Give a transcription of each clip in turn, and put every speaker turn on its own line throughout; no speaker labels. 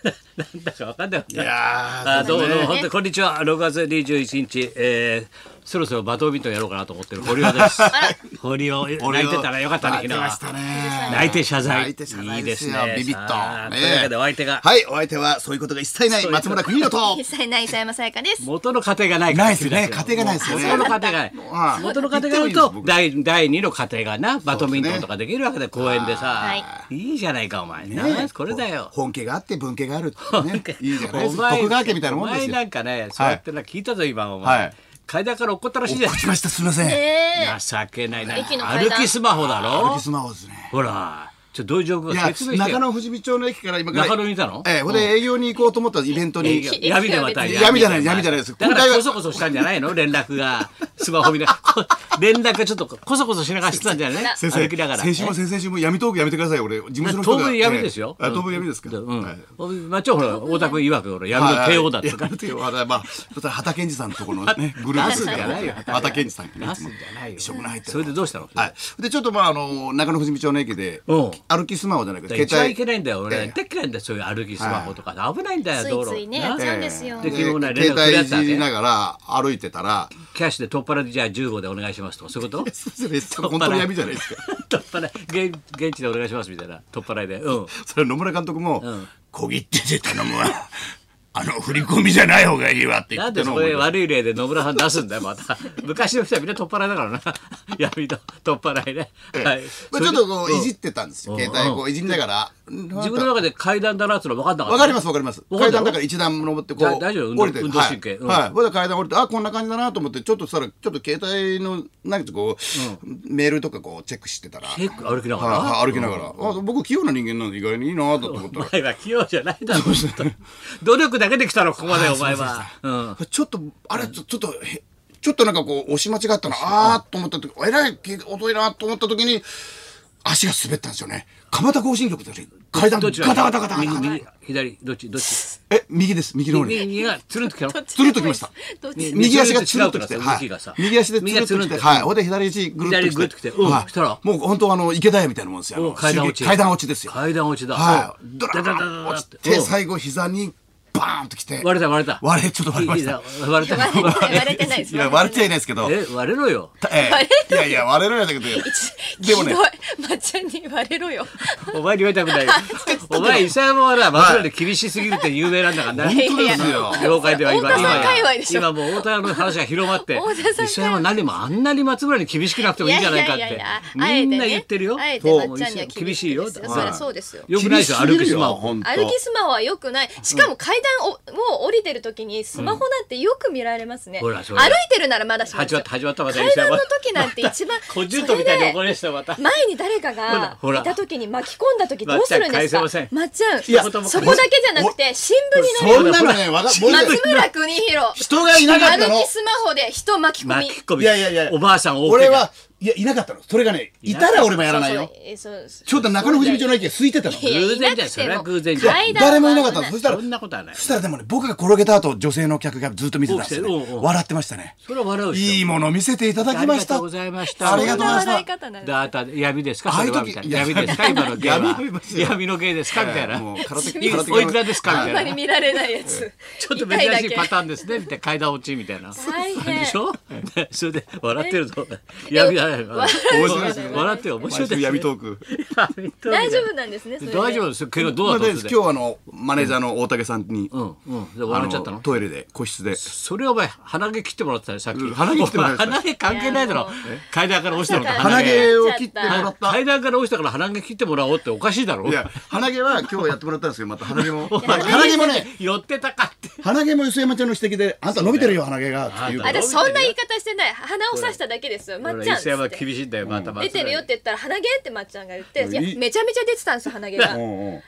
なんだかわかんなく
い
なる。
やー
あどうもどうも、
ね
本当にこんにちは。6月21日、えー、そろそろバドミントンやろうかなと思ってる堀尾です。堀尾、泣いてたらよかったね、昨
泣き
日
ま
は
し。たね
泣いて謝罪。
泣いて謝罪
いい
で
ですす
よ
ね。
ビビッと
さあ
ね
というわけでお相手が、
はいお相手はそういうことが一切ない
そういうこと
松村邦洋と
実際ない磯山さやかです。
元の家庭がない
ないですね家庭がないですよね
元の家庭がない。
はい
元の家庭がある
言ってもいいです
と
僕
第第二の家庭がなバドミントンとかできるわけで公園でさ
はい
いいじゃないかお前
ね
なこれだよ
本家があって文家があるってねいいじゃないで
お
すか
前
徳川家みたいなもんです
お前
よ
なんかねそうやってな聞いたぞ今お前、
はい
階段から落っこったらしいじゃ
来ましたすみません
え
ん情けないな
駅の階
歩
段
きスマホだ
歩
ろ
きスマホですね
ほらちょっとどういう状況
い
か
や
説明して
中
よ
野富士見町の駅から今から
中野にいたの
ええほんで営業に行こうと思ったイベントに
営業
闇でまたいだ
闇じゃない闇じゃないです
だか
今回
ら
は
こそこそしたんじゃないの 連絡がスマホ見なこ連絡がちょっとこそこそしながらしてたんじゃない
先
歩きなが
生
ら
先週も先々週も闇トークやめてください俺事務所の人
当
が
分闇ですよ。
ええあ当分闇ですか
うん
はい。
まあちょほら大田君曰くほら闇の帝王だっ
い
た
や
か
闇
ら。
の帝王はまあそしたら畑健二さんのところのねグループですか
出すんじゃ
ら
ないよ
畑健二さんがね
出すんじゃないよ
一緒も入ってる
それでどうしたの？
はいでちょっとまああの中野富士見町の駅で
うん
歩きスマホじゃなくて
一番いけないんだよ
え
俺。
え
でっかいんだよそういう歩きスマホとか危ないんだ
ー、つ
よ道
い
路。
ついね、や
な
っちゃうんですよ。
で
で
昨日ね連絡く
携
れ
帯い
たわ
じ
け
りながら歩いて たら
キャッシュで取っ払いじゃあ15でお願いしますとかそういうこと？
そ れ本当に闇じゃないですか
取っ払い現現地でお願いしますみたいな取っ払いでうん。
それ野村監督も
ん
「小切手で頼むわ あの振り込みじゃない方がいいわ」って言
な
っ
ん
て
で
たの
そ
を
こ
思い
で悪
出した
い例で野村さん出すんだよまた 昔の人はみんな取っ払いだからな 闇の取っ払いね、はい
まあちょっと
そ
こ
れ
う
で
いじってたんですよ携帯こういじりながら
自分の中で階段だなっつうの分かんなかった
わかりますわかります
わかる
階
だろ
段だから一段登ってこ
だ
う
大丈夫運動
降りて
運動神経
はい
うん
はいほいで階段降りてあこんな感じだなと思ってちょっとしたらちょっと携帯のなんかこうメールとかこうチェックしてたら
結構歩きながら、
はいはい歩きながらあ僕器用な人間なんで意外にいいなと思ったら
お前は器用じゃない だろ本当に努力だけできたのここまでお前はうん
ちょっとあれちょちょっとへちょっとなんかこう押し間違ったなあーと思った時えらい遅いなと思った時に足が滑ったんですよね蒲田行進曲で階段
ど
ガ
っち
タガタガタガタ
右右左どっちどっち
え右です右の方
右
に
右がつるんときたの
つるっときました
どっち
ね
右足がつるっときて、
違うからさ動
は
きがさ
い、右足でつるっと
右がつる
き
んと
て、
きて
はい、ほいで左足ぐるっとき
左
て、
グッときてうん
はい、
したら
もう本当あの池田屋みたいなもんですよあ
お
の。
階段落ち
階段落ちですよ。
階段落ちだ
はい、
うん
ドラ
ダダダダ
ーン
ダ
落ち
う
て
ん
最後膝にバーンときて、
割れた割れた
割れちょっと割れました
いいいい割れた
割れた割れてないです
いや割れちゃいないですけど、
え割れろよ
たええいやいや割れるやつだけど、でもね
ひど、いまっちゃんに言われろよ。
お前に言われたくない よお前伊沢はな松浦で厳しすぎるって有名なんだからな
本当ですよ。
業界では今
太田さん界隈でしょ
今今もう太田の話が広まって
太田さん界隈
磯山何もあんなに松村に厳しくなくてもいいんじゃないかっ
いやいやい
て
やいやあえ
み
てね
んな言ってるよ
あえて
そう
まっちゃんには厳しい
よ
ですよそりゃそうですよ
よくないですよ
厳し
歩き
すぎる
ス
よ
マホ
本当
歩きスマホは良くない。しかも階段をを降りてる時にスマホなんてよく見られますね。
ほら
歩い
それ
てるならまだしも
始まった始まったまた
階段の時なんて一 番
小獣とみたいに怒
それ
りま
で
したまた
前に誰かが
ほら
いた時に巻き込んだ時どうするんですか
まっちゃん返せません
まっちゃん
いや
そこだけじゃなくて新聞に載る
そんなのね、わか、僕
松村邦弘
人がいなかったの
歩き。スマホで人巻き込み
巻き込み
いやいやいや、
おばあさん大怪我
俺はいやいなかったの。それがね、いたら俺もやらないよ
そう。そうえそうそう
ちょっと中野富士見町の駅が空いてたの。
いや
偶然じゃん
なくても
それは偶然じゃん
階段は
誰もいなかったの。そしたら
そんなことはない
そしたらでもね、僕が転げた後、女性のお客がずっと見てたんですよね、
おうしておうおう
笑ってましたね。
それは笑うでしょ
いいもの見せていただきまし
ありがと
た。
うございました
ありがとうございま
笑
し
い
た。
方なんです
だあた闇ですか
あ
そ
あい
れ
う
は
時
みたいな闇ですか
いや
今の芸は
闇ですよ
闇の芸ですかみたいな
もう空手
い
空手
おいくらですか
あ
み
ん
た
ま
い
り
な
見られないやつ
ちょっと珍しいパターンですねみたいな階段落ちみたいな
大変
でしょそれで笑ってると闇だね
面
面白いですね
笑ってよ面白いですね
闇トーク。
闇トーク
大丈夫なんですねそれで
大丈夫ですよ怪我どう
ま
だった
あ
んで
大丈夫ですす今日あのマネージャーの大竹さんに、
うんうんで
あ
笑っちゃったの
トイレで個 室で。
それお前鼻毛切ってもらってたねさっき
うん鼻毛切ってもらいました
鼻毛関係ないだろ階段から落ちたのと
鼻毛を切ってもらった。
階段から落ちたから鼻毛切ってもらおうっておかしいだろ
いや鼻毛は今日やってもらったんですけど、また鼻毛 も。
お前
鼻毛もね。
寄ってたかって
鼻毛も磯山ちゃんの指摘で、あんた伸びてるよ鼻毛がって言うか
あ
ら。
私そんな言い方してない鼻を刺しただけですよまっ
ほ
ちゃ
ら
んっ
伊勢
つ
山
って
厳しいんだよまたまた
出てるよって言ったら鼻毛ってまっちゃんが言っていや
いい
めちゃめちゃ出てたんですよ鼻毛が
うんうん
こ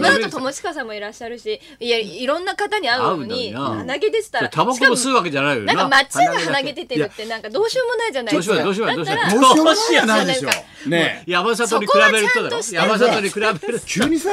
の後友近さんもいらっしゃるしいやいろんな方に会うの
会う
に
んだよな
鼻毛出てたら
タバコも吸う
し
わけじゃないよ
かもなんかまっちゃんが鼻
て
毛出てるってなんかどうしようもないじゃな
ど
いで
うし
す
よう
か
もないどうしようもないどうしようもない
どうしようもないじゃないでしょ。ねえ。
山里に比べるとだろ
そこはちゃんとして
山里に比べると
急にさ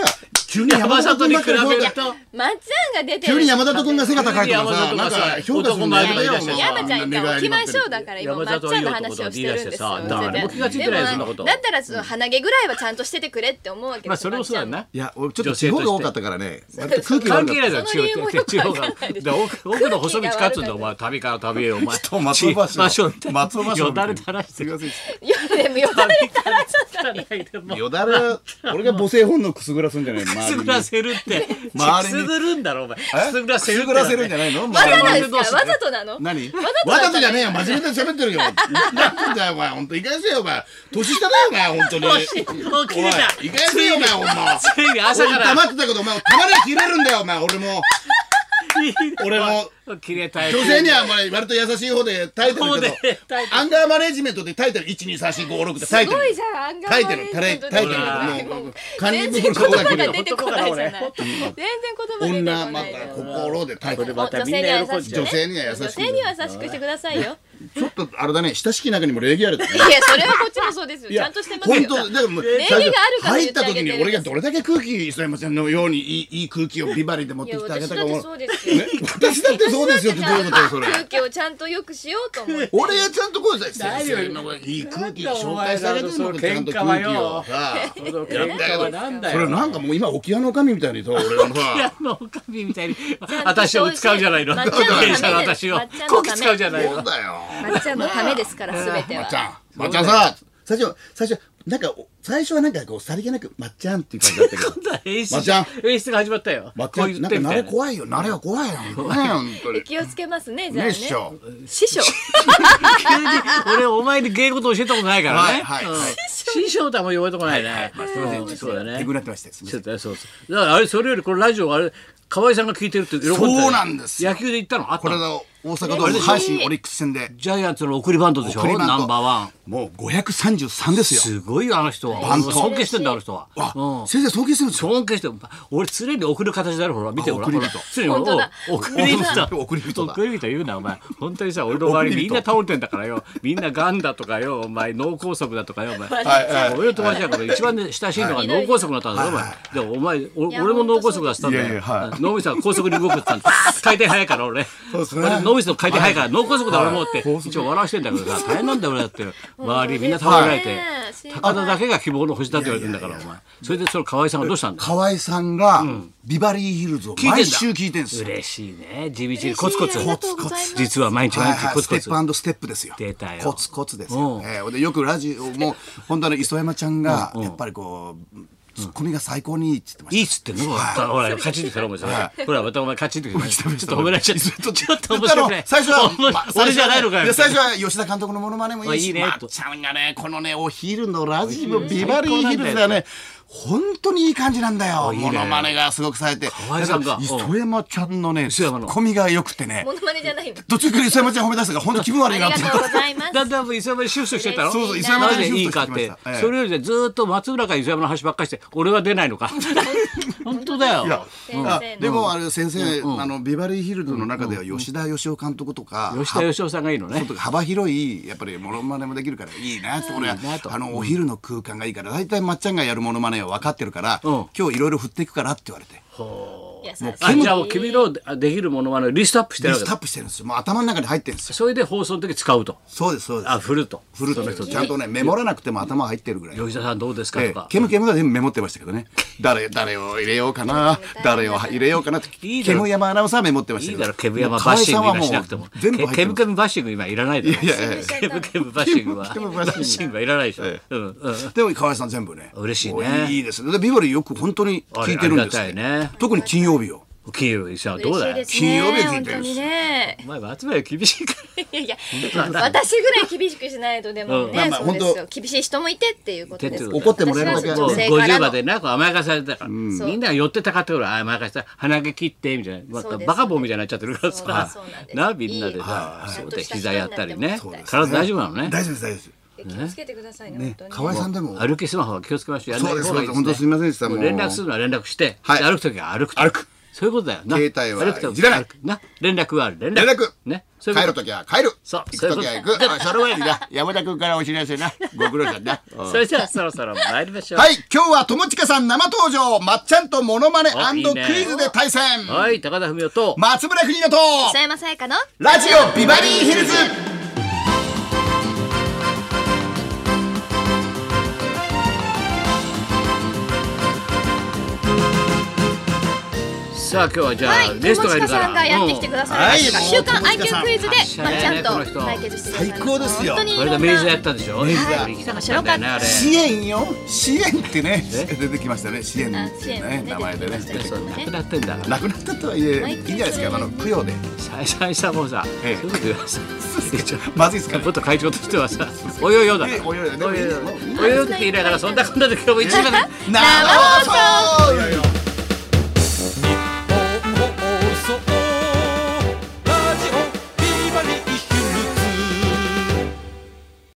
急に山里君ばっかり評
山里に比べ
価
ると
松さんが出てる
急に山里君が背が高いとか
急
さ、
に
な
山
ん
里君が
か評価するのや
男前
めよ
がいらっしゃ
う
る
もう
山ちゃん一旦置きましょうだから今
山
まっ
里
ち
はい
ゃ
い
ん
よ
の
ってことを
話を
言
し
い出
てる
して
んです
さ
よ
だから僕がついてないよそんなこと
だったらその鼻毛ぐらいはちゃんとしててくれって思うわけ
まあ
です
そ
よ
れもそうだ
まっ
な
や、俺ちょっと地方が多かったからね、割と空気が
関
悪か
係
っ
ない
た。
だろ
その理由もよく
地方
わ
が
かんないです
だから奥奥の細道勝つんだお前旅から旅へお前
と松尾芭蕉
松尾芭蕉
松尾芭蕉
よだれ垂らして
すい
る
ません
いやでもよだれ 垂らす
じゃないでも
よだれ、俺が母性本能くすぐらすんじゃないの
く
周
す
り
ぐ
に
らせるってく
周り
す
に
ぐるんだろお前く
え
すぐらせる
くすぐらせるんじゃないいの
わざ
周り
な
に
んですかわざとなの
何
わ
わ
ざ
ざ
と
と
じ
じ
ゃ
ゃ
な
ね
い
えよ真面目で喋ってるよなんだよお前ほんといかがせよお前年下だよお前ほんとにおい
起きれた
いかがせよお前ほんま
ついに朝か
俺
ら
黙ってたけどお前たまには切れるんだよお前俺 も俺も
切れたい
女性にはお前割と優しい方で耐えてる
そう
け
ね
ど
耐えてる
アンガーマネジメントで耐えてる123456って耐えて
す
る
ごいじゃんアンガ
耐え
ー
て
マ
る
ネ
耐え
ジ
て
メント
る耐えて
で
るけどもうカンニング
全然言
フル
葉
だけ
が
ど
出てこないじゃない
男
全然言
女
葉出てこ
ま
ない
た心で耐えてる
またみんな喜んじゃう
女性には優しく
女性には優しくしてくださいよ
ちょっとあれだね親しき中にも礼儀ある
いやそれはこっちもそうですよちゃんとしてます よ
本当だからもう
礼儀があるから
入った時
言っ
に
てあげてる
俺がどれだけ空気磯山ちゃんのようにいいいい空気をビバリーで持っ
い
て
や
きてあげ
私
たか
だっ
も
て
う
そうで
ね私
すよ
だってそうですよってどういうことよそれ
空気をちゃんとよくしようと思って
俺がちゃんとこうですよ
大丈夫
先生のいい空気紹介してあげてるの
なんだお前らの喧嘩
ちゃんと
は
空
よ
気をさ
喧嘩はなん だ
それ
よ
なんかもう今沖縄の女将みたいにさ俺 が
い
さ
やもうおかみみたいに私を使うじゃないの
まっちゃんのため
電車の私を
まっちゃん
こ
のため
き使うじゃない
そう
の
だよ
まっちゃんのためですから全て
ま
は
っちゃんまっちゃんさ最初最初なんかお最初はなんかこうさりげなくまっちゃんっていう感じだったけ ど
今度は演出
まっちゃん
演出が始まったよ
まっち
こ
ゃ
う言
んな
っ
んか
てみ
慣
たい
れ
な
怖いよ慣れが怖いよね本 当に
気をつけますねじゃあ
ね
ね
っしょ
師匠
急に俺お前に芸事教えたことないからね、
はいはい
うん
はい
師匠とはもう呼ばれたことないね、うんそうだ
手
ね
ぐらってましたすみま
ち
せ
ょ
ん
っとそうそうだからあれそれよりこのラジオあれ河合さんが聞いてるって喜んでたよ
そうなんですよ
野球で行ったのあっ
こ
た
れ
の
が大阪ドーム阪神オリックス戦で
ジャイアンツの送りバントでしょ
送りバント
ナンバーワン
もう533ですよ
すごいよあの人は
バント
尊敬してんだあの人は
あ
うん
先生尊敬してるんですか
尊敬して俺常に送る形だろほら見て
あ
ほら
送り
ほ
人
ら常にお
本当だ
送り人だ
送り人だ
送り人言うなお前本当にさ俺の周りみんな倒れてんだからよみんながんだとかよお前脳梗塞だとかよお前
はいはい
俺の友達だから一番ね親しいのが脳梗塞だったんだよ、お前。でもお前、お
や
俺も脳梗塞だったんだ
いやい
よ
やは。
脳みそが高速に動くって言ったんだ回転早いから俺。
そうですね
俺脳みその回転早いから脳梗塞だ俺もって
高速
一応笑わしてんだけどさ、大変なんだよ俺だって。周りみんな倒れられて
ね。え
高田だけが希望の星だって言われてんだからお前。それでその河合さんがどうしたんだよ
河合さんがビバリーヒルズを
いてんだ
毎週聞いてるんですよ
嬉しいね。地道にコツコツ
嬉しいあり。がとうございます
実は毎日毎日
はいは
コ
い
ツ
ステ
コツ。
ップステップですよ
出たよ
コツコツです
う
よ
ん、
えーでよくラジオも本当に磯山ちゃんがやっぱりこうツッコミが最高にいいって言ってました
いいっつってんのほら、カチンってきたろ、お前それ。ほら、またお前カチンってきた。ちょっと褒められちゃった。ちょっと面白くない。
最初は、
お前
まあ
俺じゃないのかよ。
や最初は吉田監督のモノマネもいいし、
まあいいね
まっちゃんがね、このね、お昼のラジオ、
最
ビ
高
バリーヒルズが
なんだよ
ね、本当にいい感じなんだよ。
いいね
モノマネがすごくされて。
合さんが
だから磯山ちゃんのね、ツ
山の
ッコミが良くてね、
モノマネじゃないの
途中から磯山ちゃん褒め出したから、本当気分悪
あ
い
り
な
が
って。
とうございます
だんだん磯山にシフトしてたろ
そうそう磯
山
な
に
ぜいいかっ
シフ
て
トしてきましたええ
それよりずーっと松浦か磯山の話ばっかりして俺は出ない のか本当だ
いや
よ
先
あ
生
で
の
もあれ先生、あのビバリーヒルズの中では吉田義雄監督とか、
吉田義雄さんがいいのね
ちょっと幅広いやっぱりモノマネもできるからいいなって俺は
なと
あのお昼の空間がいいから大体まっちゃんがやるモノマネは分かってるから
うん
今日いろいろ振っていくからって言われて
優しい
あじゃあ君のできるものまねリストアップして
リ
るわ
ス
け
トア
だ
ップしてるんですよもう頭の中に入ってるんですよ
それで放送の時使うと
そうですそうです
あ振ると
フルートちゃんとねメモらなくても頭入ってるぐらい。
吉田さんどうですかと
ええ
か、
ケムケムが全部メモってましたけどね誰誰を入れよう かな誰を入れようかなって
いいだ
ケ
ろ
ム山アナウンサーはメモってまし
い
た
い
けど
だろケブ山バッシング今しなくても
河合さんはう全部入って
ケブケ
ます
ブバッシング今いらないだろ
いやいやいや
ケブケブバッシングは
ケムケ
バ
ムバ
ッ
ッシング
シングはいらないでしょ、
ええ
うんうん
でも河合さん全部ね
嬉しいね
もういいですねでビバリーよく本当に聞いてるんです
あれありがたいね
特に金曜日を
金曜日さど
嬉
う
し
だ
い
よ
です
金
ね
曜日は聞
本
いて
当
るんで
に
す
ね
お前は集まりは厳しいから
いやいや私ぐらい厳しくしないとでも
まあ
ね
まあ
そうですよ
本
厳しい人もいてっていうことです
怒
ってもらえるだ
私
け
は
もう
女性か
50
ら
ま
の
でなんか甘やかされてたから、
そう
みんなが寄ってたかってほらあ甘やかした鼻毛切ってみたいな、ま
そう
た
です
バカボンみたいになっちゃってるから
そうなん
さ
そうなんです
なみんなで
は
さ
い
そうで膝やったり
ちゃ
ね
んとした
体大丈夫なのね
大丈夫です大丈夫です
気をつけてくださいね
ね
本当
河合
にね
さんでも
歩きスマホは気をつけましょうやらない方がいい
そうですそうです本当すいませんでした
もう
もう
連絡するのは連絡して、
はい
で歩く時は歩くと
歩く
そういうことだよな
携帯は
悪くても
いじらない
な連絡はある連
連
絡
絡
ねそういう
帰
こ
る
と
ときは帰る
そう
行くときは行くあその前に な山田君からお知らせなご苦労さんなうん
それじゃあそろそろ参りましょう
はい今日は友近さん生登場まっちゃんとモノマネ
おいいね
クイズで対戦
はい高田文夫と
松村邦乃と
磯山さやかの
ラジオビバリーヒルズ
さあ今日はじゃあ、
はい、
ゲスト
友
がいる
近
から
さんがやってきてくださいました。
うん
週刊 IQ クイズで
はい、
まっちゃん
この人
と対決してくださいます。
最高ですよ
本当に
う
い
ん
ろ
こ
ん
れで
な
明治座やったんでしょ
明治座
これ行きたかったんだよねあれ
支援よ支援ってね出てきましたね支援
あ
っていう
支援
ね
ね
名前でね
出てきました
そうなくなってんだ
亡くなったとはいえいいんじゃないですかあの供養で
最初さもうさ、
ええ
そういうこと言わさ
まずいで すかね
元会長としてはさおよよだから
ええおよよで
およよ
もいいんじゃない
およよって言いながらそんなこんなで今日も一番
生
生放送